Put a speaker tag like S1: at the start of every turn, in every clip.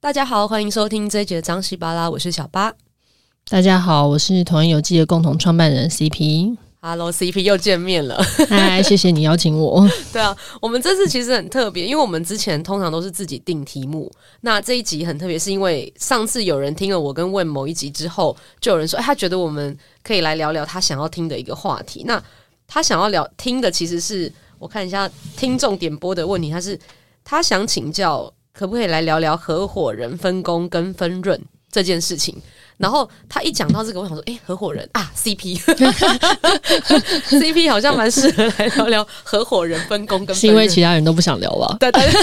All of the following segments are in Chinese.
S1: 大家好，欢迎收听这一节的张西巴拉，我是小八。
S2: 大家好，我是同恩有记的共同创办人 CP。
S1: Hello，CP 又见面了。
S2: 嗨，谢谢你邀请 我。
S1: 对啊， 我们这次其实很特别，因为我们之前通常都是自己定题目，那这一集很特别，是因为上次有人听了我跟问某一集之后，就有人说，哎，他觉得我们可以来聊聊他想要听的一个话题。那他想要聊听的其实是我看一下听众点播的问题，他是他想请教，可不可以来聊聊合伙人分工跟分润这件事情。然后他一讲到这个，我想说，哎、合伙人啊，CP，CP 好像蛮适合来聊聊合伙人分工跟分润
S2: 是因为其他人都不想聊啊吧？
S1: 对对， 对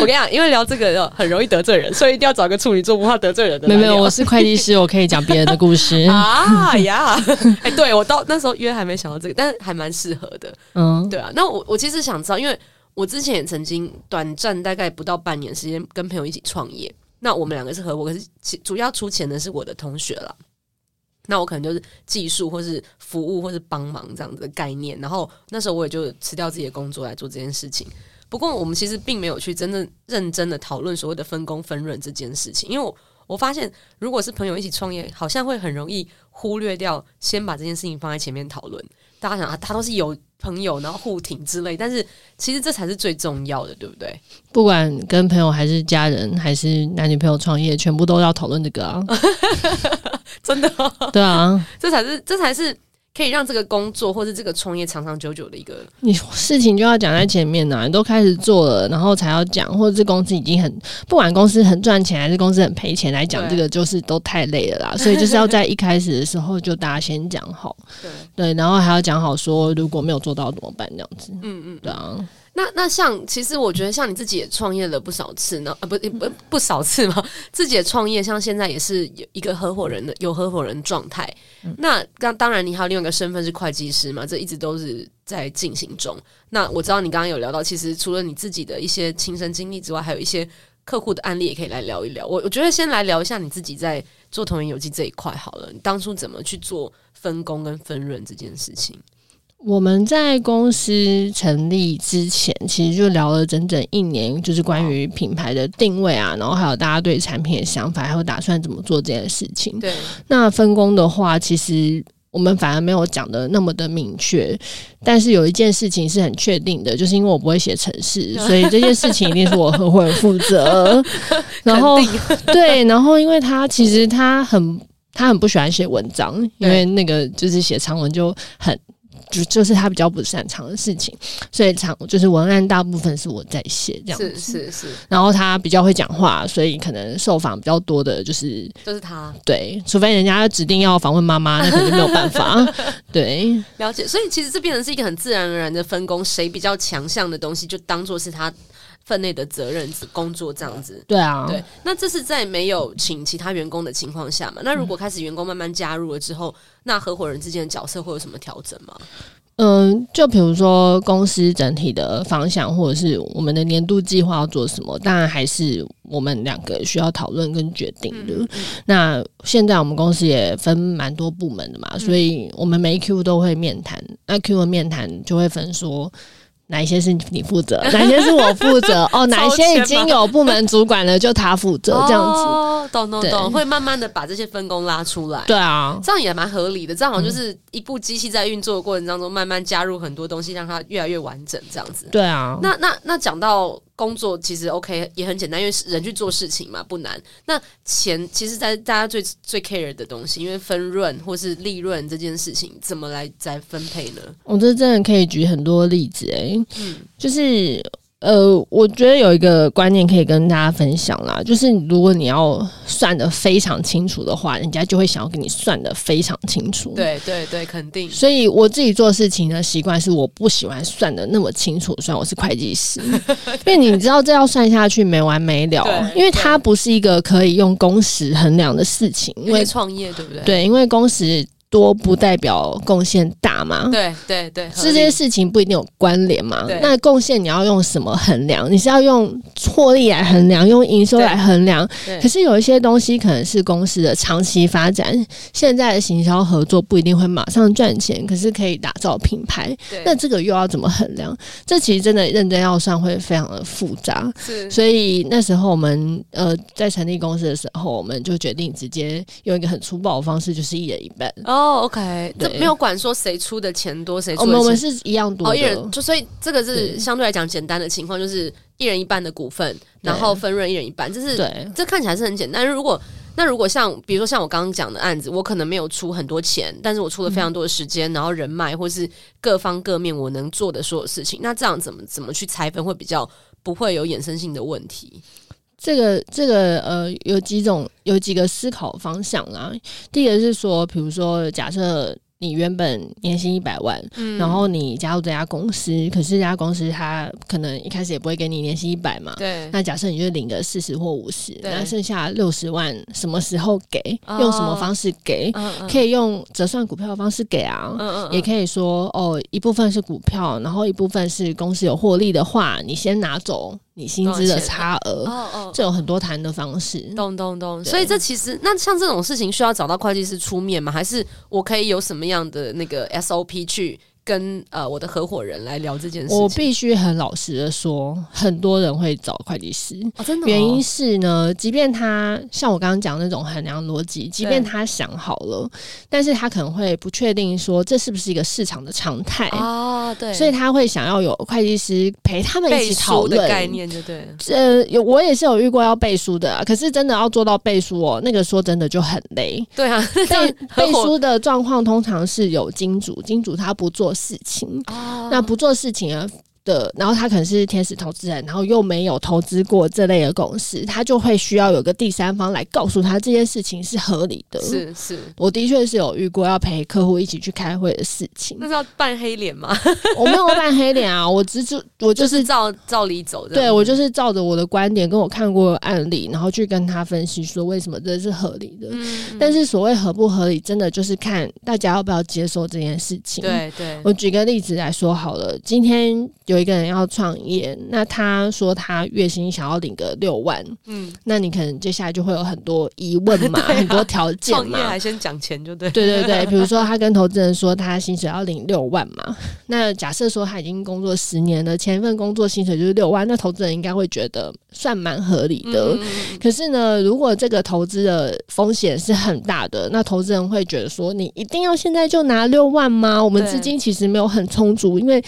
S1: 我跟你讲，因为聊这个很容易得罪人，所以一定要找个处女座不怕得罪人的
S2: 没
S1: 来
S2: 有
S1: 聊。。
S2: 没有，我是会计师，我可以讲别人的故事
S1: 啊呀，哎、对我到那时候约还没想到这个，但是还蛮适合的。
S2: 嗯，
S1: 对啊，那我我其实想知道，因为我之前也曾经短暂大概不到半年时间跟朋友一起创业，那我们两个是合伙，可是其主要出钱的是我的同学啦。那我可能就是技术或是服务或是帮忙这样子的概念，然后那时候我也就辞掉自己的工作来做这件事情。不过我们其实并没有去真正认真的讨论所谓的分工分润这件事情，因为我我发现如果是朋友一起创业，好像会很容易忽略掉先把这件事情放在前面讨论。大家想啊，他都是有朋友，然后互挺之类，但是其实这才是最重要的，对不对？
S2: 不管跟朋友还是家人还是男女朋友创业，全部都要讨论这个 啊。
S1: 真的哦、
S2: 对啊，
S1: 这才是这才是可以让这个工作或是这个创业长长久久的一个
S2: 你事情就要讲在前面呐、你都开始做了，然后才要讲，或者是公司已经很不管公司很赚钱还是公司很赔钱来讲
S1: 对
S2: 这个，就是都太累了啦。所以就是要在一开始的时候就大家先讲好，
S1: 对，
S2: 对，然后还要讲好说如果没有做到怎么办这样子。
S1: 嗯嗯。
S2: 对啊，
S1: 那那像，其实我觉得像你自己也创业了不少次呢，啊不不不少次嘛，自己也创业，像现在也是有一个合伙人的有合伙人状态。
S2: 嗯
S1: 那那当然，你还有另外一个身份是会计师嘛，这一直都是在进行中。那我知道你刚刚有聊到，其实除了你自己的一些亲身经历之外，还有一些客户的案例也可以来聊一聊。我我觉得先来聊一下你自己在做同源有机这一块好了，你当初怎么去做分工跟分润这件事情？
S2: 我们在公司成立之前，其实就聊了整整一年，就是关于品牌的定位啊，然后还有大家对产品的想法，还有打算怎么做这件事情。
S1: 对，
S2: 那分工的话，其实我们反而没有讲的那么的明确，但是有一件事情是很确定的，就是因为我不会写程 式，所以这件事情一定是我合伙人负责。 然后
S1: 肯定
S2: 对，然后因为他其实他很他很不喜欢写文章，因为那个就是写长文就很。就就是他比较不擅长的事情，所以长就是文案大部分是我在写这样
S1: 是
S2: 子，
S1: 是是，
S2: 然后他比较会讲话，所以可能受访比较多的就是
S1: 就是他。
S2: 对，除非人家指定要访问妈 妈，那可能就没有办法。对，
S1: 了解，所以其实这变成是一个很自然而然的分工，谁比较强项的东西，就当做是他分内的责任工作这样子。
S2: 对啊，
S1: 对，那这是在没有请其他员工的情况下嘛？那如果开始员工慢慢加入了之后，那合伙人之间的角色会有什么调整吗？
S2: 嗯，就比如说公司整体的方向，或者是我们的年度计划要做什么，当然还是我们两个需要讨论跟决定
S1: 嗯
S2: 的。那现在我们公司也分蛮多部门的
S1: 嗯
S2: 嘛，所以我们每一 Q 都会面谈，那 Q 的面谈就会分说。哪一些是你 负责，哪些是我负责？哦，哪一些已经有部门主管了，就他负责这样子。
S1: 哦，懂懂
S2: 对
S1: 懂，会慢慢的把这些分工拉出来。
S2: 对啊，
S1: 这样也蛮合理的，这样好像就是一部机器在运作的过程当中，慢慢加入很多东西，让它越来越完整，这样子。
S2: 对啊。
S1: 那那那讲到工作，其实 OK 也很简单，因为是人去做事情嘛，不难。那钱其实，在大家最最 care 的东西，因为分润或是利润这件事情，怎么来来分配呢？
S2: 我这真的可以举很多例子诶、
S1: 嗯
S2: 就是呃，我觉得有一个观念可以跟大家分享啦，就是如果你要算的非常清楚的话，人家就会想要给你算的非常清楚。。
S1: 对对对，肯定
S2: 所以我自己做事情的习惯是，我不喜欢算的那么清楚。虽然我是会 计师，因为你知道这要算下去没完没了
S1: 对，
S2: 因为它不是一个可以用工时衡量的事情，因
S1: 因
S2: 为
S1: 为创业对不对？
S2: 对，因为工时多不代表贡献大嘛。
S1: 对对对，合
S2: 这
S1: 理
S2: 些事情不一定有关联嘛
S1: 对？
S2: 那贡献你要用什么衡量？你是要用获利来衡量，用营收来衡量？
S1: 对
S2: 可是有一些东西可能是公司的长期发展，现在的行销合作不一定会马上赚钱，可是可以打造品牌。
S1: 对
S2: 那这个又要怎么衡量？这其实真的认真要算会非常的复杂。
S1: 是
S2: 所以那时候我们呃在成立公司的时候，我们就决定直接用一个很粗暴的方式，就是一人一半。
S1: 哦，OK，这
S2: 对
S1: 没有管说谁出的钱多，谁
S2: 我
S1: 出
S2: 们我
S1: 的
S2: 们
S1: 钱
S2: 是一样多
S1: 哦，
S2: 的，
S1: 一人就所以这个是
S2: 对
S1: 相对来讲简单的情况，就是一人一半的股份，然后分润一人一半，这是
S2: 对
S1: 这看起来是很简单。如果那如果像比如说像我刚刚讲的案子，我可能没有出很多钱，但是我出了非常多的时间，然后人脉或是各方各面我能做的所有事情，那这样怎么怎么去拆分会比较不会有衍生性的问题？
S2: 这个这个呃，有几种有几个思考方向啦。第一个是说，比如说，假设你原本年薪一百万，
S1: 嗯
S2: 然后你加入这家公司，可是这家公司它可能一开始也不会给你年薪一百嘛。
S1: 对
S2: 那假设你就领个四十或五十，
S1: 对
S2: 那剩下六十万什么时候给？
S1: 哦
S2: 用什么方式给？
S1: 嗯嗯
S2: 可以用折算股票的方式给啊。
S1: 嗯
S2: 也可以说哦，一部分是股票，然后一部分是公司有获利的话，你先拿走你薪资的差额
S1: 哦。哦
S2: 这有很多谈的方式。
S1: 懂懂懂，
S2: 对
S1: 所以这其实那像这种事情需要找到会计师出面吗？还是我可以有什么样的那个 SOP 去跟呃我的合伙人来聊这件事
S2: 我
S1: 情？
S2: 必须很老实的说，很多人会找会计师，
S1: 哦、真的哦、
S2: 原因是呢，即便他像我刚刚讲的那种衡量逻辑，即便
S1: 对
S2: 他想好了，但是他可能会不确定说这是不是一个市场的常态，
S1: 啊，对，
S2: 所以他会想要有会计师陪他们一
S1: 背
S2: 起讨
S1: 书
S2: 论
S1: 的概念就对了，
S2: 呃，有我也是有遇过要背书的啊，可是真的要做到背书哦，那个说真的就很累。
S1: 对 啊，
S2: 背
S1: 合
S2: 背
S1: 伙
S2: 书的状况通常是有金主，金主他不做事情，
S1: 啊
S2: 那不做事情啊的，然后他可能是天使投资人，然后又没有投资过这类的公司，他就会需要有个第三方来告诉他这件事情是合理的。
S1: 是是，
S2: 我的确是有遇过要陪客户一起去开会的事情
S1: 那，是要扮黑脸吗？
S2: 我没有扮黑脸啊，我只是我 就
S1: 就是是照嗯照理走的，
S2: 对我就是照着我的观点跟我看过的案例，然后去跟他分析说为什么这是合理的。
S1: 嗯，
S2: 但是所谓合不合理，真的就是看大家要不要接受这件事情。
S1: 对对
S2: 我举个例子来说好了，今天有一个人要创业，那他说他月薪想要领个六万，
S1: 嗯，
S2: 那你可能接下来就会有很多疑问嘛，
S1: 对啊
S2: 很多条件
S1: 创业
S2: 嘛
S1: 还。先讲钱就对，
S2: 对对对，比如说他跟投资人说他薪水要领六万嘛，那假设说他已经工作十年了，前一份工作薪水就是六万，那投资人应该会觉得算蛮合理的。
S1: 嗯嗯
S2: 可是呢，如果这个投资的风险是很大的，那投资人会觉得说，你一定要现在就拿六万吗？我们
S1: 对
S2: 资金其实没有很充足，因为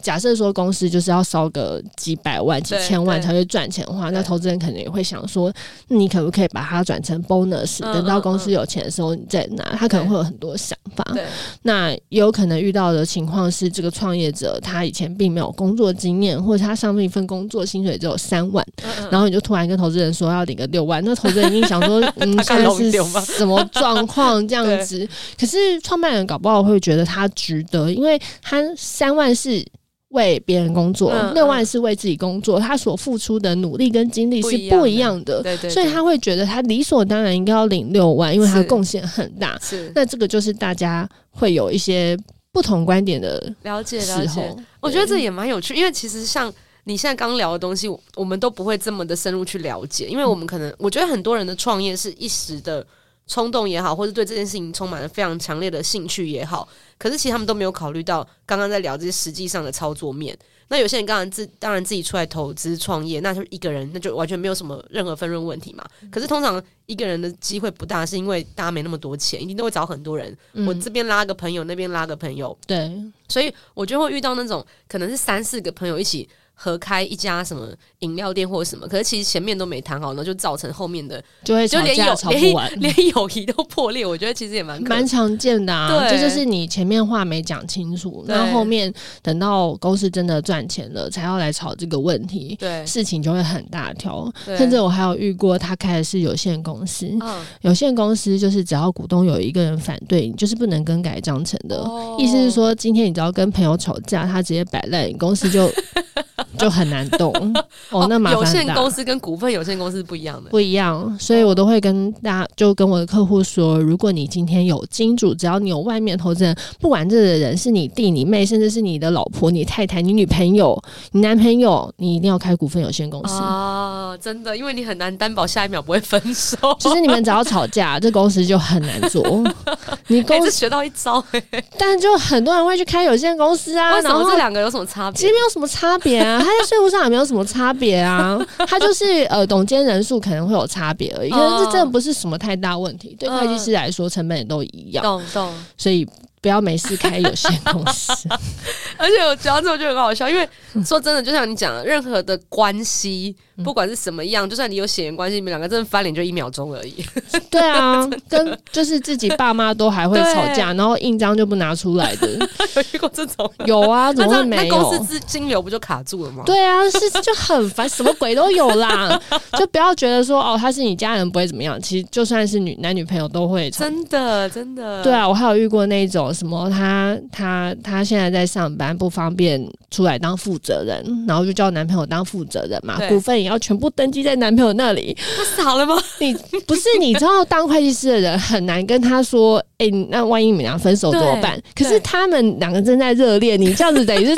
S2: 假设说公司就是要烧个几百万、几
S1: 对
S2: 千万
S1: 对
S2: 才会赚钱的话，
S1: 对
S2: 那投资人可能也会想说，你可不可以把它转成 bonus，
S1: 嗯
S2: 等到公
S1: 嗯
S2: 司有钱的时候你再拿？他可能会有很多想法。
S1: 对嗯
S2: 那也有可能遇到的情况是，这个创业者他以前并没有工作经验，或者他上面一份工作薪水只有三万，
S1: 嗯
S2: 然后你就突然跟投资人说要领个六万，那投资人一定想 说，嗯，
S1: 大
S2: 现
S1: 概
S2: 在
S1: 弄
S2: 是
S1: 丢吗
S2: 什么状况这样子？可是创办人搞不好会觉得他值得，因为他三万是。为别人工作
S1: 嗯，
S2: 六万是为自己工作，他所付出的努力跟精力是
S1: 不
S2: 不
S1: 一
S2: 一
S1: 样
S2: 样的，
S1: 对对，
S2: 所以
S1: 对
S2: 他会觉得他理所当然应该要领六万，因为他
S1: 是
S2: 贡献很大。
S1: 是
S2: 那这个就是大家会有一些不同观点的
S1: 了解了
S2: 时
S1: 解，
S2: 候。
S1: 我觉得这也蛮有趣，因为其实像你现在刚聊的东西，我我们都不会这么的深入去了解，因为我们可能我觉得很多人的创业是一时的冲动也好，或者对这件事情充满了非常强烈的兴趣也好，可是其实他们都没有考虑到刚刚在聊这些实际上的操作面。那有些人当然自当然自己出来投资创业，那就一个人，那就完全没有什么任何分润问题嘛。可是通常一个人的机会不大，是因为大家没那么多钱，一定都会找很多人。
S2: 嗯
S1: 我这边拉个朋友，那边拉个朋友，
S2: 对
S1: 所以我就会遇到那种可能是三四个朋友一起合开一家什么饮料店或者什么，可是其实前面都没谈好，然后就造成后面的
S2: 就会
S1: 就
S2: 吵
S1: 连
S2: 架
S1: 友
S2: 吵不完
S1: 连。连友谊都破裂。我觉得其实也蛮可
S2: 蛮常见的啊，
S1: 对
S2: 这就是你前面话没讲清楚，
S1: 对
S2: 那后面等到公司真的赚钱了，才要来吵这个问题，
S1: 对，
S2: 事情就会很大条。
S1: 对
S2: 甚至我还有遇过，他开的是有限公司，
S1: 嗯，
S2: 有限公司就是只要股东有一个人反对，你就是不能更改章程的。
S1: 哦
S2: 意思是说，今天你只要跟朋友吵架，他直接摆烂，你公司就。就很难动哦，那麻
S1: 有
S2: 烦
S1: 限
S2: 大
S1: 公司跟股份有限公司不一样的。
S2: 不一样，所以我都会跟大家就跟我的客户说，如果你今天有金主，只要你有外面投资人，不管这个人是你弟、你妹，甚至是你的老婆、你太太、你女朋友、你男朋友，你一定要开股份有限公司。
S1: 啊，真的，因为你很难担保下一秒不会分手。
S2: 就是你们只要吵架，这公司就很难 做。你
S1: 哎、
S2: 公
S1: 这
S2: 司，
S1: 学到一招、欸，
S2: 但就很多人会去开有限公司啊，
S1: 为什
S2: 然
S1: 么
S2: 后
S1: 这两个有什么差
S2: 其
S1: 别
S2: 实？没有什么差别 啊，他在税务上也没有什么差别啊，他就是呃，董监人数可能会有差别
S1: 哦
S2: 而已，可是这真的不是什么太大问题，对
S1: 嗯
S2: 会计师来说成本也都一样，
S1: 懂懂。
S2: 所以不要没事开有限公 司，
S1: 而且我讲到这我就很好笑，因为说真的，就像你讲的，任何的关系，
S2: 嗯
S1: 不管是什么样，就算你有血缘关系，你们两个真的翻脸就一秒钟而已。
S2: 对啊，跟就是自己爸妈都还会吵架，然后印章就不拿出来 的，
S1: 有遇过这种的？
S2: 有啊，怎
S1: 那
S2: 么
S1: 这样，
S2: 会
S1: 那
S2: 没
S1: 公司
S2: 有？
S1: 资金流不就卡住了吗？
S2: 对啊，是就很烦，什么鬼都有 啦，就不要觉得说哦，他是你家人不会怎么样，其实就算是女男女朋友都会吵
S1: 真的真的。
S2: 对啊，我还有遇过那种什么她，她她现在在上班，不方便出来当负责人，然后就叫男朋友当负责人嘛，
S1: 对
S2: 股份也要全部登记在男朋友那里。
S1: 不傻了吗？
S2: 你不是你知道，当会计师的人很难跟他说，哎、那万一你们俩分手怎么办？可
S1: 对
S2: 是他们两个正在热恋，你这样子等于是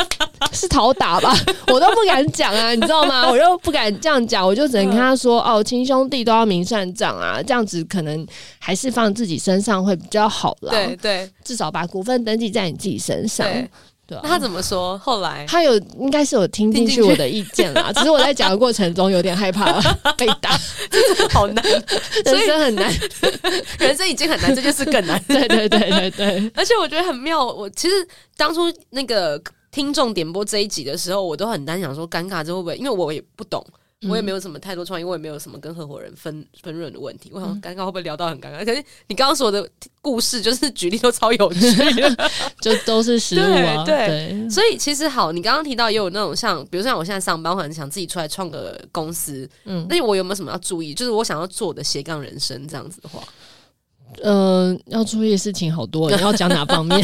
S2: 是讨打吧？我都不敢讲啊，你知道吗？我又不敢这样讲，我就只能跟他说，哦，亲兄弟都要明算账啊，这样子可能还是放自己身上会比较好啦。
S1: 对对
S2: 至少把股份登记在你自己身上。
S1: 对。
S2: 对啊
S1: 那他怎么说？后 来
S2: 他有应该是有听进去我的意见啦， 只是我在讲的过程中有点害怕被打，
S1: 好难， 所
S2: 人
S1: 以
S2: 生很难。
S1: 人生已经很难，这件事更难。
S2: 对对对对对，
S1: 而且我觉得很妙，我其实当初那个听众点播这一集的时候，我都很担心想说尴尬，这会不会？因为我也不懂，我也没有什么太多创意，我也没有什么跟合伙人分分润的问题。我想说尴尬会不会聊到很尴尬？可是你刚刚说的故事，就是 举例都超有趣的。
S2: 就都是食物啊。
S1: 对对
S2: 对
S1: 所以其实好，你刚刚提到也有那种像，比如像我现在上班，我可能想自己出来创个公司，
S2: 嗯
S1: 那我有没有什么要注意？就是我想要做我的斜杠人生这样子的话，
S2: 嗯、要注意的事情好 多，你要讲哪方面？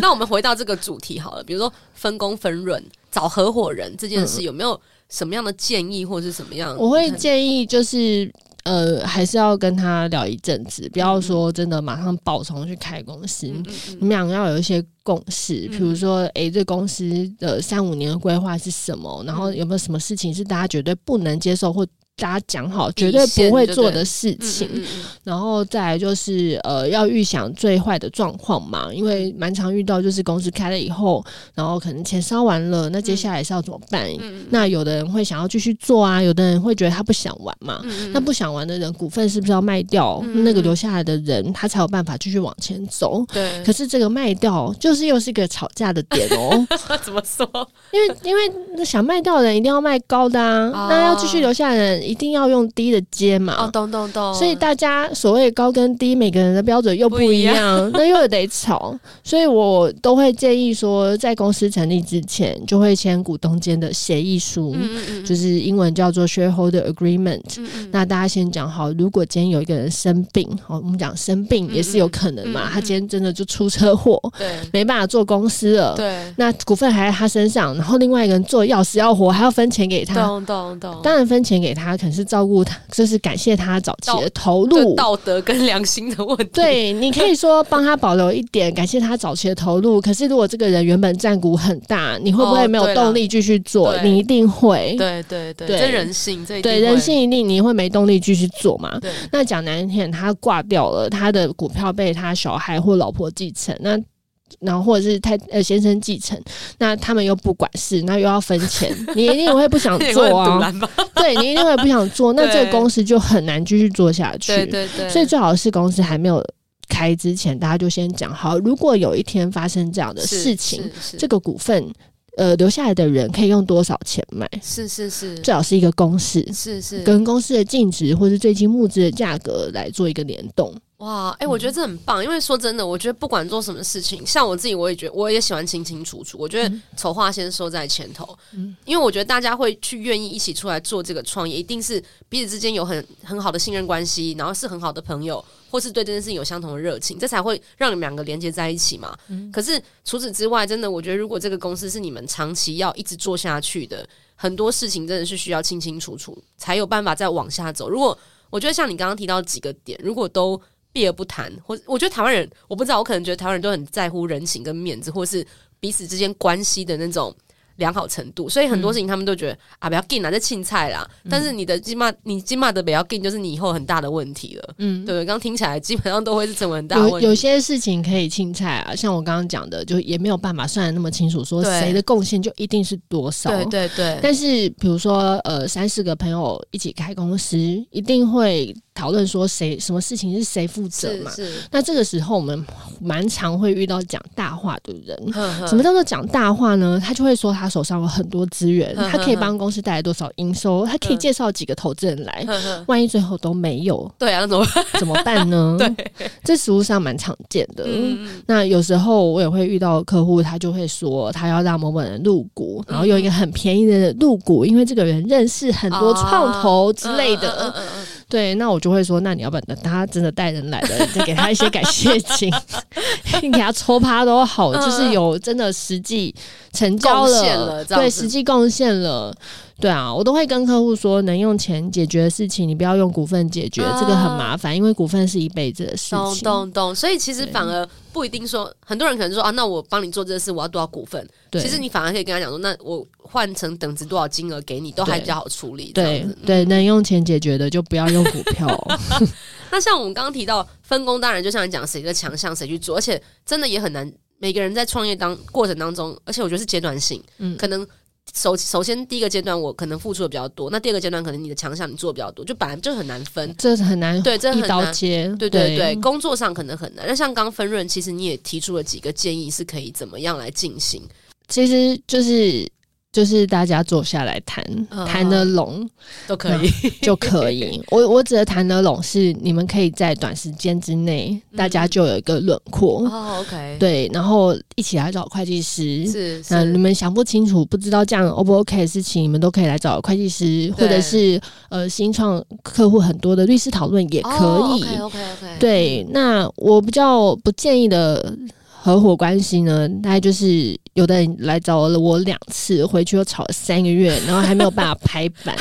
S1: 那我们回到这个主题好了，比如说分工分润、找合伙人这件事，有没有什么样的建议或是什么样？
S2: 我会建议就是。呃，还是要跟他聊一阵子，不要说真的马上爆冲去开公司。
S1: 嗯嗯嗯
S2: 你们俩要有一些共识，比如说，诶、这公司的三五年的规划是什么？然
S1: 嗯
S2: 后有没有什么事情是大家绝对不能接受，或大家讲好绝对不会做的事情？
S1: 嗯嗯嗯
S2: 然后再来就是，呃，要预想最坏的状况嘛，因
S1: 嗯
S2: 为蛮常遇到就是公司开了以后，然后可能钱烧完了，那接
S1: 嗯
S2: 下来是要怎么办？那有的人会想要继续做啊，有的人会觉得他不想玩嘛。那不想玩的人，股份是不是要卖掉？
S1: 嗯
S2: 那个留下来的人，他才有办法继续往前走。
S1: 对，
S2: 可是这个卖掉，就是又是一个吵架的点 哦，
S1: 那怎么说？
S2: 因为因为想卖掉的人一定要卖高的啊，
S1: 哦
S2: 那要继续留下的人一定要用低的接嘛。
S1: 哦，懂懂懂。
S2: 所以大家所谓高跟低，每个人的标准又不一样， 那又得吵。所以我都会建议说，在公司成立之前，就会签股东间的协议书，
S1: 嗯嗯嗯
S2: 就是英文叫做 shareholder agreement。
S1: 嗯嗯
S2: 那大家先讲好，如果今天有一个人生病，哦好，我们讲生病也是有可能
S1: 嗯
S2: 嘛，
S1: 嗯嗯
S2: 他今天真的就出车祸，
S1: 对
S2: 没办法做公司了，
S1: 对，
S2: 那股份还在他身上，然后另外一个人做要死要活，还要分钱给他。
S1: 懂懂懂。
S2: 当然分钱给他，可能是照顾他，就是感谢他早期的投
S1: 这
S2: 入。
S1: 道德跟良心的问题，，
S2: 对，你可以说帮他保留一点，感谢他早期的 投入。可是如果这个人原本占股很大，你会不会
S1: 哦
S2: 没有
S1: 对啦
S2: 动力继续做？
S1: 对
S2: 你一定会。
S1: 对对对，
S2: 对
S1: 这人性，这一定
S2: 对，
S1: 会
S2: 人，性一定你会没动力继续做嘛？
S1: 对
S2: 那讲难听点，他挂掉了，他的股票被他小孩或老婆继承，那然后或者是太呃先生继承，那他们又不管事，那又要分 钱，你一定会不想
S1: 这也会
S2: 做
S1: 很堵
S2: 啊，
S1: 然吧？
S2: 对你一定会不想 做，那这个
S1: 对
S2: 公司就很难继续做下去。
S1: 对对对，
S2: 所以最好是公司还没有开之前，大家就先讲好，如果有一天发生这样的
S1: 是
S2: 事情，，
S1: 是
S2: 这个股份呃留下来的人可以用多少钱买，
S1: 是是是
S2: 最好是一个公式。
S1: 是是
S2: 跟公司的净值或是最近募资的价格来做一个联动。
S1: 哇，哎、我觉得这很棒，因为说真的，我觉得不管做什么事情，像我自己，我也觉得我也喜欢清清楚楚。我觉得丑话先说在前头，因为我觉得大家会去愿意一起出来做这个创业，一定是彼此之间有很很好的信任关系，然后是很好的朋友，或是对这件事情有相同的热情，这才会让你们两个连接在一起嘛。可是除此之外，真的，我觉得如果这个公司是你们长期要一直做下去的，很多事情真的是需要清清楚楚，才有办法再往下走。如果我觉得像你刚刚提到几个点，如果都避而不谈，或我觉得台湾人，我不知道，我可能觉得台湾人都很在乎人情跟面子，或是彼此之间关系的那种良好程度，所以
S2: 嗯
S1: 很多事情他们都觉得、啊，不要 g 啊，这青菜啦。但是你的金马，你金马的不要 g 就是你以后很大的问题了。
S2: 嗯，
S1: 对，刚听起来基本上都会是成为很大的
S2: 有
S1: 问题。
S2: 有些事情可以青菜啊，像我刚刚讲的，就也没有办法算的那么清楚，说
S1: 对
S2: 谁的贡献就一定是多少。
S1: 对对对，
S2: 但是比如说，呃，三四个朋友一起开公司，一定会讨论说谁什么事情是谁负责
S1: 是
S2: 嘛。
S1: 是，
S2: 那这个时候我们蛮常会遇到讲大话的人。
S1: 什
S2: 什么叫做讲大话呢？他就会说他手上有很多资源，
S1: 嗯
S2: 他可以帮公司带来多少营收，他可以介绍几个投资人来。万一最后都没有，
S1: 对啊，那种
S2: 怎么办 呢？对，这实物上蛮常见的。
S1: 嗯
S2: 那有时候我也会遇到客户，他就会说他要让某某人入股，然后用
S1: 嗯
S2: 一个很便宜的入股，因为这个人认识很多创投之类的。
S1: 哦嗯嗯嗯嗯嗯
S2: 对，那我就会说，那你要不然等他真的带人来了，你再给他一些感谢金， 你给他抽趴都好，
S1: 嗯
S2: 就是有真的实际成交
S1: 贡献了这样
S2: 对，
S1: 子
S2: 实际贡献了。对啊，我都会跟客户说，能用钱解决的事情，你不要用股份解决，
S1: 啊
S2: 这个很麻烦，因为股份是一辈子的事
S1: 懂
S2: 情。
S1: 懂懂，所以其实
S2: 对
S1: 反而不一定说，很多人可能说啊，那我帮你做这事，我要多少股份？
S2: 对，
S1: 其实你反而可以跟他讲说，那我换成等值多少金额给你，都还
S2: 对
S1: 比较好处理。这
S2: 对
S1: 样子嗯
S2: 对，能用钱解决的就不要用股票。
S1: 那像我们刚刚提到分工，当然就像你讲，谁的强项谁去做，而且真的也很难。每个人在创业当过程当中，而且我觉得是阶段性，
S2: 嗯
S1: 可能首 首先第一个阶段我可能付出的比较多，那第二个阶段可能你的强项你做的比较多，就本来就很难分。
S2: 这很难
S1: 对，这
S2: 啊一
S1: 很
S2: 刀
S1: 难。
S2: 切。
S1: 对对对，工作上可能很难。那像刚分润，其实你也提出了几个建议，是可以怎么样来进行？
S2: 其实就是就是大家坐下来谈，
S1: 嗯
S2: 谈得拢
S1: 都可以。
S2: 就可 以。我我指的谈得拢是你们可以在短时间之内，大家就有一个轮廓，
S1: 哦，OK，，
S2: 对，然后一起来找会计师。
S1: 是
S2: 那你
S1: 是，
S2: 们想不清楚，不知道这样 O 不 OK 的事情，你们都可以来找会计师，或者是呃新创客户很多的律师讨论也可以。
S1: 哦 OK OK，，
S2: 对，那我比较不建议的合伙关系呢，大概就是有的人来找了我两次，回去又吵了三个月，然后还没有办法 拍板。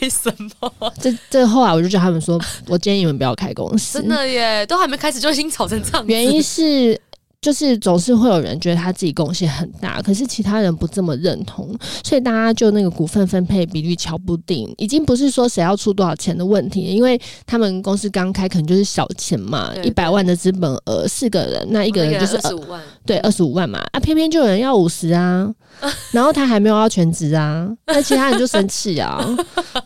S1: 为什么？
S2: 这这后来我就叫他们说，我建议你们不要开公司
S1: 真，的耶，都还没开始就已经吵成这样子，
S2: 原因是。就是总是会有人觉得他自己贡献很大，可是其他人不这么认同，所以大家就那个股份分配比率瞧不定，已经不是说谁要出多少钱的问题，因为他们公司刚开可能就是小钱嘛，
S1: 对哦
S2: 一百万的资本额，四个人，那一个人就是呃
S1: 二十五万，
S2: 对，二十五万嘛，啊，偏偏就有人要五十 啊，然后他还没有要全职啊，那其他人就生 气啊，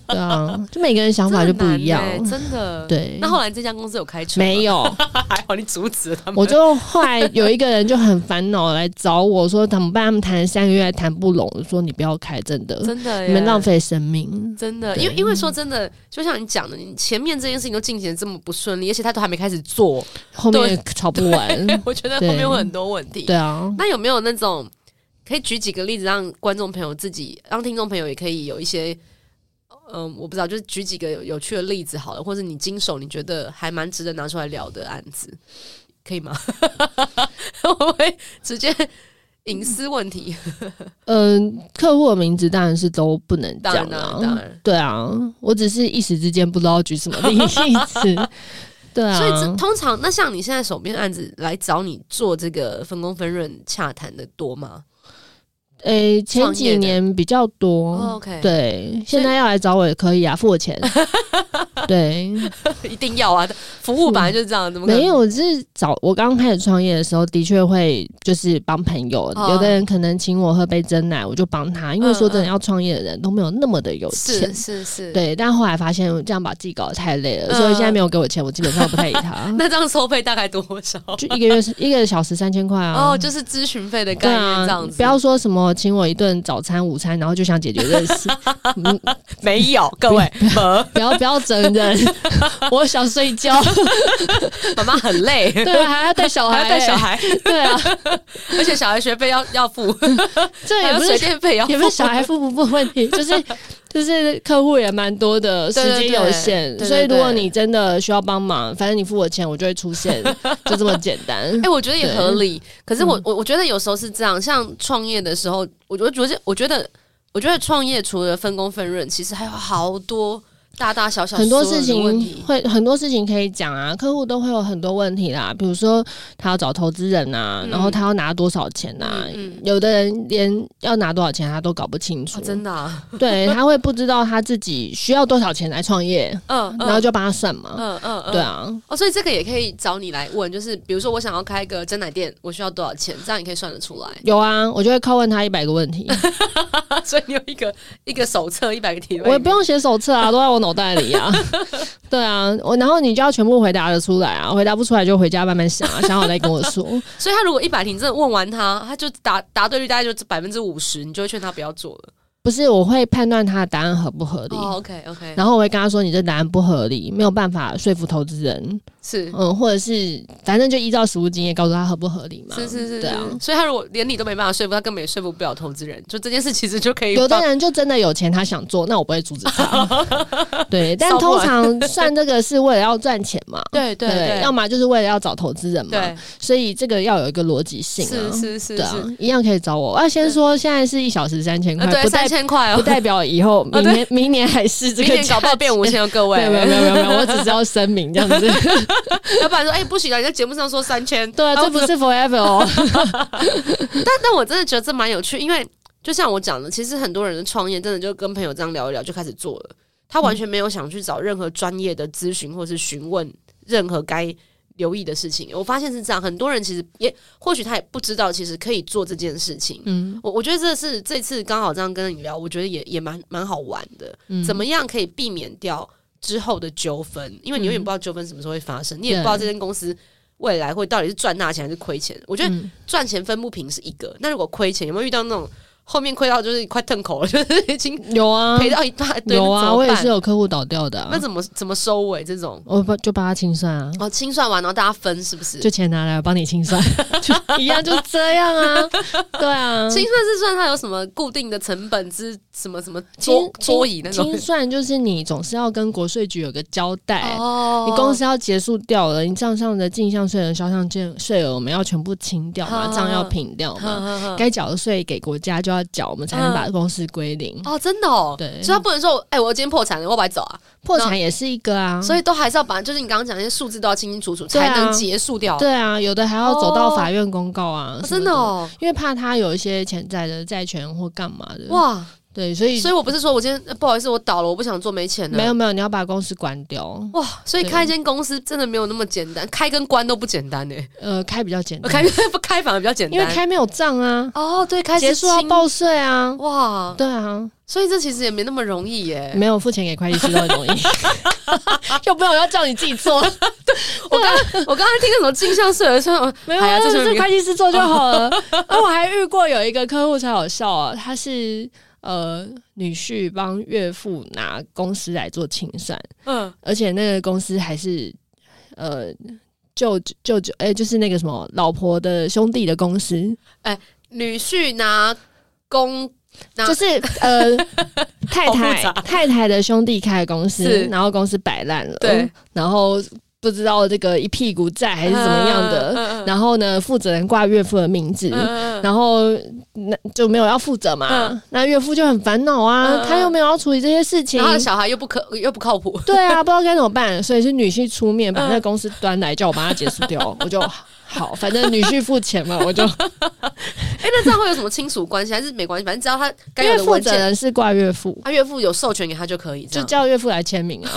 S2: 对啊，就每个人想法就不一样，
S1: 这很难耶真的。，
S2: 对，
S1: 那后来这家公司有开除吗，
S2: 没 有，
S1: 还好你阻止了他们。
S2: 我就后来有一个人就很烦恼来找我说怎么办，他们谈了三个月还谈不拢，我说你不要开，真的，
S1: 真的耶，
S2: 你们浪费生命，
S1: 真的，
S2: 对
S1: 因为因为说真的，就像你讲的，你前面这件事情都进行的这么不顺利，而且他都还没开始做，
S2: 后面也吵不完，
S1: 我觉得后
S2: 嗯对
S1: 面会很多问题。
S2: 对啊，
S1: 那有没有那种可以举几个例子，让观众朋友自己，让听众朋友也可以有一些，嗯、我不知道，就是举几个有有趣的例子好了，或者你经手你觉得还蛮值得拿出来聊的案子，可以吗？
S2: 啊
S1: 我会直接嗯隐私问题，
S2: 嗯、客户的名字当然是都不能
S1: 当
S2: 讲
S1: 然
S2: 啊
S1: 当然当然，
S2: 对啊，我只是一时之间不知道举什么例子， 对啊，
S1: 所以这通常那像你现在手边案子来找你做这个分工分润洽谈的多吗、
S2: 诶、前
S1: 创业
S2: 几
S1: 的
S2: 年比较多。
S1: o o k
S2: 哦对，现在要来找我也可以啊，付我钱。对，
S1: 一定要啊，服务本来就是这样，怎么可能
S2: 没有，我是找我刚开始创业的时候，的确会就是帮朋友，
S1: 哦
S2: 有的人可能请我喝杯真奶，我就帮他，因为说真
S1: 嗯
S2: 的，
S1: 嗯
S2: 要创业的人都没有那么的有
S1: 是
S2: 钱。
S1: 是是，。
S2: 对，但后来发现我这样把自己搞得太累了，
S1: 嗯。
S2: 所以现在没有给我钱，我基本上不太理他
S1: 那这样收费大概多少？
S2: 就一个月是一个小时三千块啊。
S1: 哦，就是咨询费的概
S2: 对
S1: 念
S2: 啊
S1: 这样子，
S2: 不要说什么请我一顿早 餐、午餐，然后就想解决这个事，嗯
S1: 没有各位，没呃
S2: 不要不要整人 人，我想睡觉。
S1: 妈妈很累，
S2: 对，啊还要带小
S1: 还
S2: 孩、
S1: 要带小。 孩，
S2: 对啊，
S1: 而且小孩学费要要付，
S2: 这
S1: 还
S2: 也
S1: 有
S2: 不
S1: 水
S2: 是
S1: 电费要付
S2: 也不是小孩付不付问题，就是 就是客户也蛮多的，时
S1: 对对
S2: 间
S1: 对
S2: 有限，
S1: 对对
S2: 所以如果
S1: 对
S2: 你真的需要帮忙，反正你付我钱，我就会出现，就这么简单。
S1: 哎、我觉得也合理。可是
S2: 嗯
S1: 我我我觉得有时候是这样，像创业的时候，我我觉得我觉得我觉得创业除了分工分润，其实还有好多大大小小
S2: 很多
S1: 所有的
S2: 事情
S1: 问题。
S2: 会很多事情可以讲啊，客户都会有很多问题啦，比如说他要找投资人啊，
S1: 嗯
S2: 然后他要拿多少钱啊，
S1: 嗯嗯
S2: 有的人连要拿多少钱他都搞不清楚，
S1: 哦、真的、啊，
S2: 对，他会不知道他自己需要多少钱来创业，
S1: 嗯，
S2: 然后
S1: 就
S2: 就帮他算嘛，
S1: 嗯嗯嗯，
S2: 对。啊，
S1: 哦，所以这个也可以找你来问，就是比如说我想要开一个真奶店，我需要多少钱，这样你可以算得出来。
S2: 有啊，我就会拷问他一百个问题，
S1: 所以你有一个一个手册一百个题目，
S2: 我也不用写手册啊，都在我脑袋里啊， 对啊，我然后你就要全部回答得出来啊，回答不出来就回家慢慢想啊，想好再跟我说。
S1: 所以他如果一百题你真的问完他，他就答答对率大概就百分之五十，你就会劝他不要做了。
S2: 不是，我会判断他的答案合不合理。
S1: 哦，OK OK，
S2: 然后我会跟他说：“你这答案不合理，没有办法说服投资人。”
S1: 是
S2: 嗯，或者是反正就依照实务经验告诉他合不合理嘛。
S1: 是是是，
S2: 对啊
S1: 是。所以他如果连你都没办法说服，他根本也说服不了投资人。就这件事其实就可以
S2: 有的
S1: 放
S2: 人就真的有钱，他想做，那我不会阻止 他。对，但
S1: 烧不
S2: 通
S1: 完
S2: 常算这个是为了要赚钱嘛。
S1: 对 对对，
S2: 要么就是为了要找投资人嘛。
S1: 对
S2: 所以这个要有一个逻辑性
S1: 是
S2: 啊。
S1: 是是
S2: 对
S1: 是，
S2: 啊，一样可以找我。我要先说，现在是一小时三千
S1: 呃
S2: 块，
S1: 对
S2: 不
S1: 三
S2: 代
S1: 千块
S2: 不
S1: 哦，
S2: 代表以后明
S1: 对
S2: 年明年还是这
S1: 明
S2: 个
S1: 年搞不好
S2: 价
S1: 变
S2: 钱
S1: 五千哦，各
S2: 对，没有没
S1: 位。
S2: 有没有没有，我只是要声明这样子。
S1: 要不然说哎不行啊，你在节目上说三千，
S2: 对啊，
S1: 然后
S2: 这不是 forever 哦。
S1: 但但我真的觉得这蛮有趣，因为就像我讲的，其实很多人的创业真的就跟朋友这样聊一聊就开始做了，他
S2: 嗯
S1: 完全没有想去找任何专业的咨询或是询问任何该留意的事情。我发现是这样，很多人其实也或许他也不知道，其实可以做这件事情。
S2: 嗯，
S1: 我我觉得这是这次刚好这样跟你聊，我觉得也也蛮蛮好玩的。
S2: 嗯
S1: 怎么样可以避免掉之后的纠纷？因为你永
S2: 嗯
S1: 远不知道纠纷什么时候会发生，你也不知道这间公司未来会到底是赚大钱还是亏钱。我觉得
S2: 嗯
S1: 赚钱分不平是一个，那如果亏钱，有没有遇到那种后面亏到就是快吞口了，就是已经
S2: 有啊
S1: 赔到一大堆？
S2: 有
S1: 那
S2: 啊，
S1: 怎么
S2: 我也
S1: 办
S2: 是，有客户倒掉的啊、
S1: 那怎么怎么收尾这种？
S2: 我帮就帮他清算啊。
S1: 哦，清算完然后大家分是不是？
S2: 就钱拿来，我帮你清算， 就一样，就这样啊，对啊，
S1: 清算是算它有什么固定的成本之什么什么桌
S2: 清
S1: 桌椅那种
S2: 清？算就是你总是要跟国税局有个交代，
S1: 哦
S2: 你公司要结束掉了，你账上的进项税额、销项税额我们要全部清掉嘛，
S1: 嗯
S2: 账要平掉嘛，
S1: 嘛
S2: 该缴的税给国家就要缴，我们才能把公司归零。
S1: 哦，真的哦，
S2: 嗯对
S1: 所以他不能说，哎、我今天破产了，我要白走啊，
S2: 破产也是一个啊，
S1: 所以都还是要把，就是你刚刚讲那些数字都要清清楚楚，
S2: 对
S1: 才
S2: 啊
S1: 能结束掉。
S2: 对啊，有的还要走到法院公告
S1: 哦
S2: 啊，什么
S1: 真的哦，
S2: 因为怕他有一些潜在的债权或干嘛的。哇，
S1: 哇！
S2: 对，所以
S1: 所以我不是说我今天、呃不好意思，我倒了，我不想做，没钱了。
S2: 没有没有，你要把公司关掉，
S1: 哇，所以
S2: 对
S1: 开一间公司真的没有那么简单，开跟关都不简单呢、欸
S2: 呃，开比较简
S1: 哦
S2: 单，
S1: 开不开反而比较简单，
S2: 因为开没有账啊，
S1: 哦对，开是
S2: 结束要
S1: 清
S2: 报税啊。
S1: 哦哇，
S2: 对啊，
S1: 所以这其实也没那么容易耶、
S2: 没有付钱给会计师都很 容易，又不有要叫你自己做，
S1: 我刚我刚才听那种镜像社的时候，
S2: 没有，啊
S1: 哎呀这
S2: 就是是
S1: 明
S2: 会计师做就好了。 而我还遇过有一个客户才好笑啊，他是呃女婿帮岳父拿公司来做清算，
S1: 嗯，
S2: 而且那个公司还是呃舅舅舅哎、就是那个什么老婆的兄弟的公司，
S1: 女婿拿公啊
S2: 就是 呃太
S1: 好复
S2: 太
S1: 杂
S2: 太太的兄弟开的公司
S1: 是，
S2: 然后公司摆烂了，
S1: 对，
S2: 然后不知道这个一屁股
S1: 呃
S2: 债
S1: 哎
S2: 还是怎么样的，
S1: 嗯嗯嗯
S2: 然后呢负责人挂岳父的名字。
S1: 嗯嗯
S2: 然后那就没有要负责嘛，
S1: 嗯
S2: 那岳父就很烦恼啊，
S1: 嗯嗯
S2: 他又没有要处理这些事情
S1: 然，后嗯小孩又不可又不靠谱，
S2: 对啊，不知道该怎 么办，所以是女婿出面把
S1: 嗯
S2: 那个公司端来，叫我帮他结束掉，我就好，反正女婿付钱嘛，我就
S1: 哎、那这样会有什么亲属关系？还是没关系？反正只要他该
S2: 因
S1: 有
S2: 为
S1: 的
S2: 负
S1: 文
S2: 责
S1: 件，
S2: 人是挂岳父，
S1: 他岳父有授权给他就可以，这
S2: 就
S1: 样。
S2: 叫岳父来签名啊，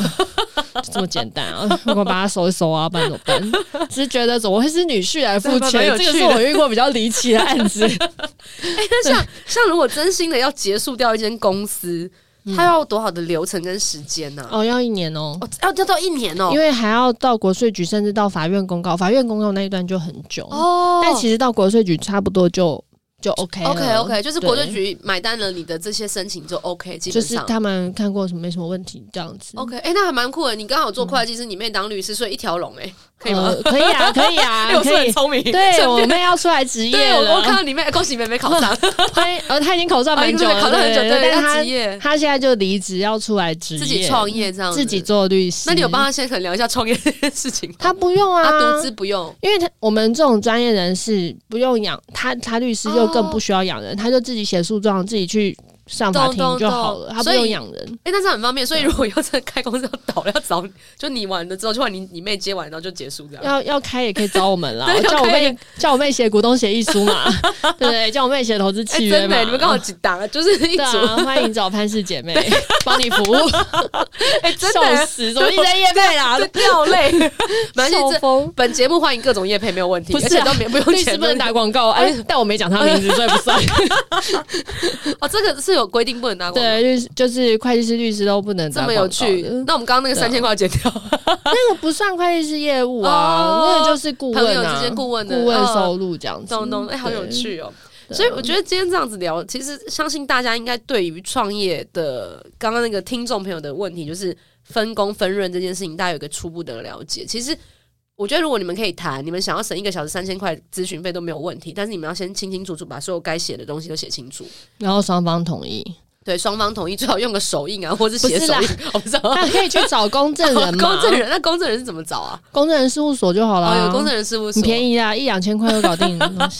S2: 就这么简单啊，我把他收一收啊，不然怎么办？ 只是觉得怎么会是女婿来付
S1: 对蛮
S2: 钱
S1: 有，
S2: 这个
S1: 趣
S2: 是
S1: 的
S2: 我遇过比较离奇的案 子，
S1: 哎、那像像如果真心的要结束掉一间公司，他要多少的流程跟时间呢、
S2: 哦，要一年哦。
S1: 哦，要要到一年哦
S2: 因。为还要到国税局，甚至到法院公告，法院公告那一段就很久。
S1: 哦，
S2: 但其实到国税局差不多就就 OK 了
S1: OK OK，就是国税
S2: 对
S1: 局买单了你的这些申请就 OK，基
S2: 就
S1: 本
S2: 是
S1: 上。
S2: 他们看过什么没什么问题这样子。
S1: OK，哎、那还蛮酷的。你刚好做会计师，你妹当律师，所以一条龙，哎，可以吗？
S2: 呃，可以啊，可以啊
S1: 哎，我是不是
S2: 可以
S1: 很。聪明，
S2: 对，
S1: 顺
S2: 我
S1: 便
S2: 妹要出来职业
S1: 对，我我看
S2: 了。
S1: 到你妹，恭喜妹妹考 上，
S2: 她呃，她已经考 上蛮久
S1: 啊
S2: 了，
S1: 考上很久，
S2: 对对
S1: 对，
S2: 但
S1: 她职
S2: 她
S1: 业，
S2: 她现在就离职要出来职业，
S1: 自己创业这样子，
S2: 自己做律师。
S1: 那你有帮他先可能聊一下创业这件事情 吗？
S2: 她不用啊，
S1: 他独资不用，
S2: 因为他我们这种专业人士不用养他，他律师又更不需要养人，他就自己写诉状，自己去上法庭
S1: 懂懂
S2: 就好了，
S1: 懂
S2: 他不用养人。
S1: 哎、那这样很方便。所以
S2: 啊
S1: 如果以后真的开公司要倒了，要找就你完了之后，就把你你妹接完，然后就结束这样。
S2: 要要开也可以找我们啦
S1: 对，
S2: 叫
S1: 要
S2: 我
S1: 开也
S2: 妹叫我妹写股东协议 书嘛，对不对？叫我妹写投资
S1: 哎、
S2: 契约
S1: 真的、
S2: 嘛。
S1: 你们刚好几档啊，就是一
S2: 对
S1: 组。
S2: 啊，欢迎找潘氏姐 妹帮你服务，
S1: 哎、真的、
S2: 笑死，怎么一 直在夜配啦？
S1: 这掉泪。 反正
S2: 受
S1: 这
S2: 风，
S1: 本节目欢迎各种业配，没有问题，
S2: 不是啊
S1: 而且都没不用
S2: 律师
S1: 钱，
S2: 不能打广告，哎，但我没讲他名字，所以不算。
S1: 哦。这个是有规定不能拿广告。
S2: 对，律师就是会计师、律师都不能
S1: 这
S2: 打
S1: 么有
S2: 广告嗯啊的。
S1: 趣，那我们刚刚那个三千块剪掉，
S2: 那个不算会计师业务啊，
S1: 哦
S2: 那个就是顾问
S1: 朋友
S2: 啊，嗯
S1: 之间顾问的
S2: 顾问
S1: 哦
S2: 收入这样子。
S1: 懂懂，哎，好有
S2: 对
S1: 趣哦。
S2: 对啊
S1: 所以我觉得今天这样子聊，其实相信大家应该对于创业的刚刚那个听众朋友的问题，就是分工分润这件事情，大家有一个初步的了解。其实我觉得，如果你们可以谈，你们想要省一个小时三千块咨询费都没有问题，但是你们要先清清楚楚把所有该写的东西都写清楚。
S2: 然后双方同意，
S1: 对，双方同意，最好用个手印啊，或是写
S2: 不是
S1: 手
S2: 啦
S1: 印，我不知道。
S2: 那可以去找公哦证人 嘛？
S1: 公证人，那公证人是怎么找啊？
S2: 公证人事务所就好啊
S1: 哦，
S2: 了，
S1: 有公证人事务所，
S2: 很便宜啊，一两千块就搞 定的东西。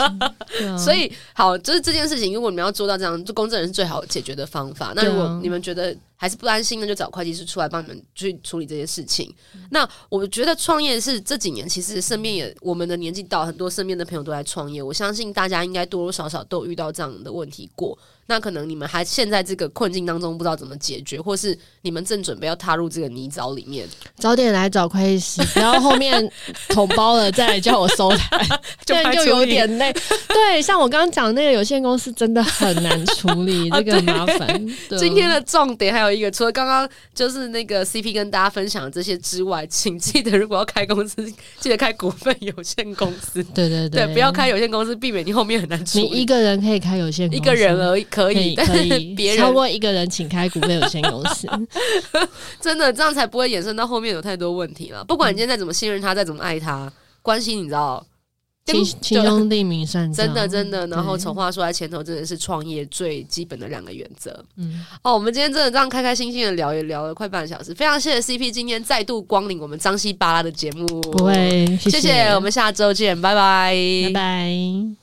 S2: 对啊
S1: 所以好，就是这件事情，如果你们要做到这样，就公证人是最好解决的方法。那
S2: 对啊
S1: 如果你们觉得还是不安心，那就找会计师出来帮你们去处理这些事情。
S2: 嗯
S1: 那我觉得创业是这几年，其实身边也我们的年纪到，很多身边的朋友都在创业。我相信大家应该多多少少都有遇到这样的问题过。那可能你们还陷在这个困境当中，不知道怎么解决，或是你们正准备要踏入这个泥沼里面，
S2: 早点来找会计师，然后后面捅包了再来叫我收台， 这样就有点累。对，像我刚刚讲的那个有限公司真的很难处 理，
S1: 啊
S2: 这个麻烦。对
S1: 今天的重点还有一个，除了刚刚就是那个 CP 跟大家分享的这些之外，请记得如果要开公司，记得开股份有限公司，
S2: 对对
S1: 对，不要开有限公司，避免你后面很难处
S2: 你
S1: 理。
S2: 一个人可以开有限公
S1: 一
S2: 司，
S1: 个人而已可以，但
S2: 可
S1: 是
S2: 以，
S1: 别
S2: 超
S1: 人
S2: 过一个人，请开股份有限公 司。
S1: 真的这样才不会衍生到后面有太多问题了。不管你今天再怎么信任他，再怎么爱他，关系你知道，
S2: 亲
S1: 就
S2: 亲兄弟明算账，
S1: 真的真的。然后
S2: 对
S1: 丑话说在前头，真的是创业最基本的两个原则。
S2: 嗯，
S1: 哦，我们今天真的这样开开心心的聊，也聊了快半小时，非常谢谢 CP 今天再度光临我们张西巴拉的节目，
S2: 不会，
S1: 谢谢，我们下周见，拜拜，
S2: 拜拜。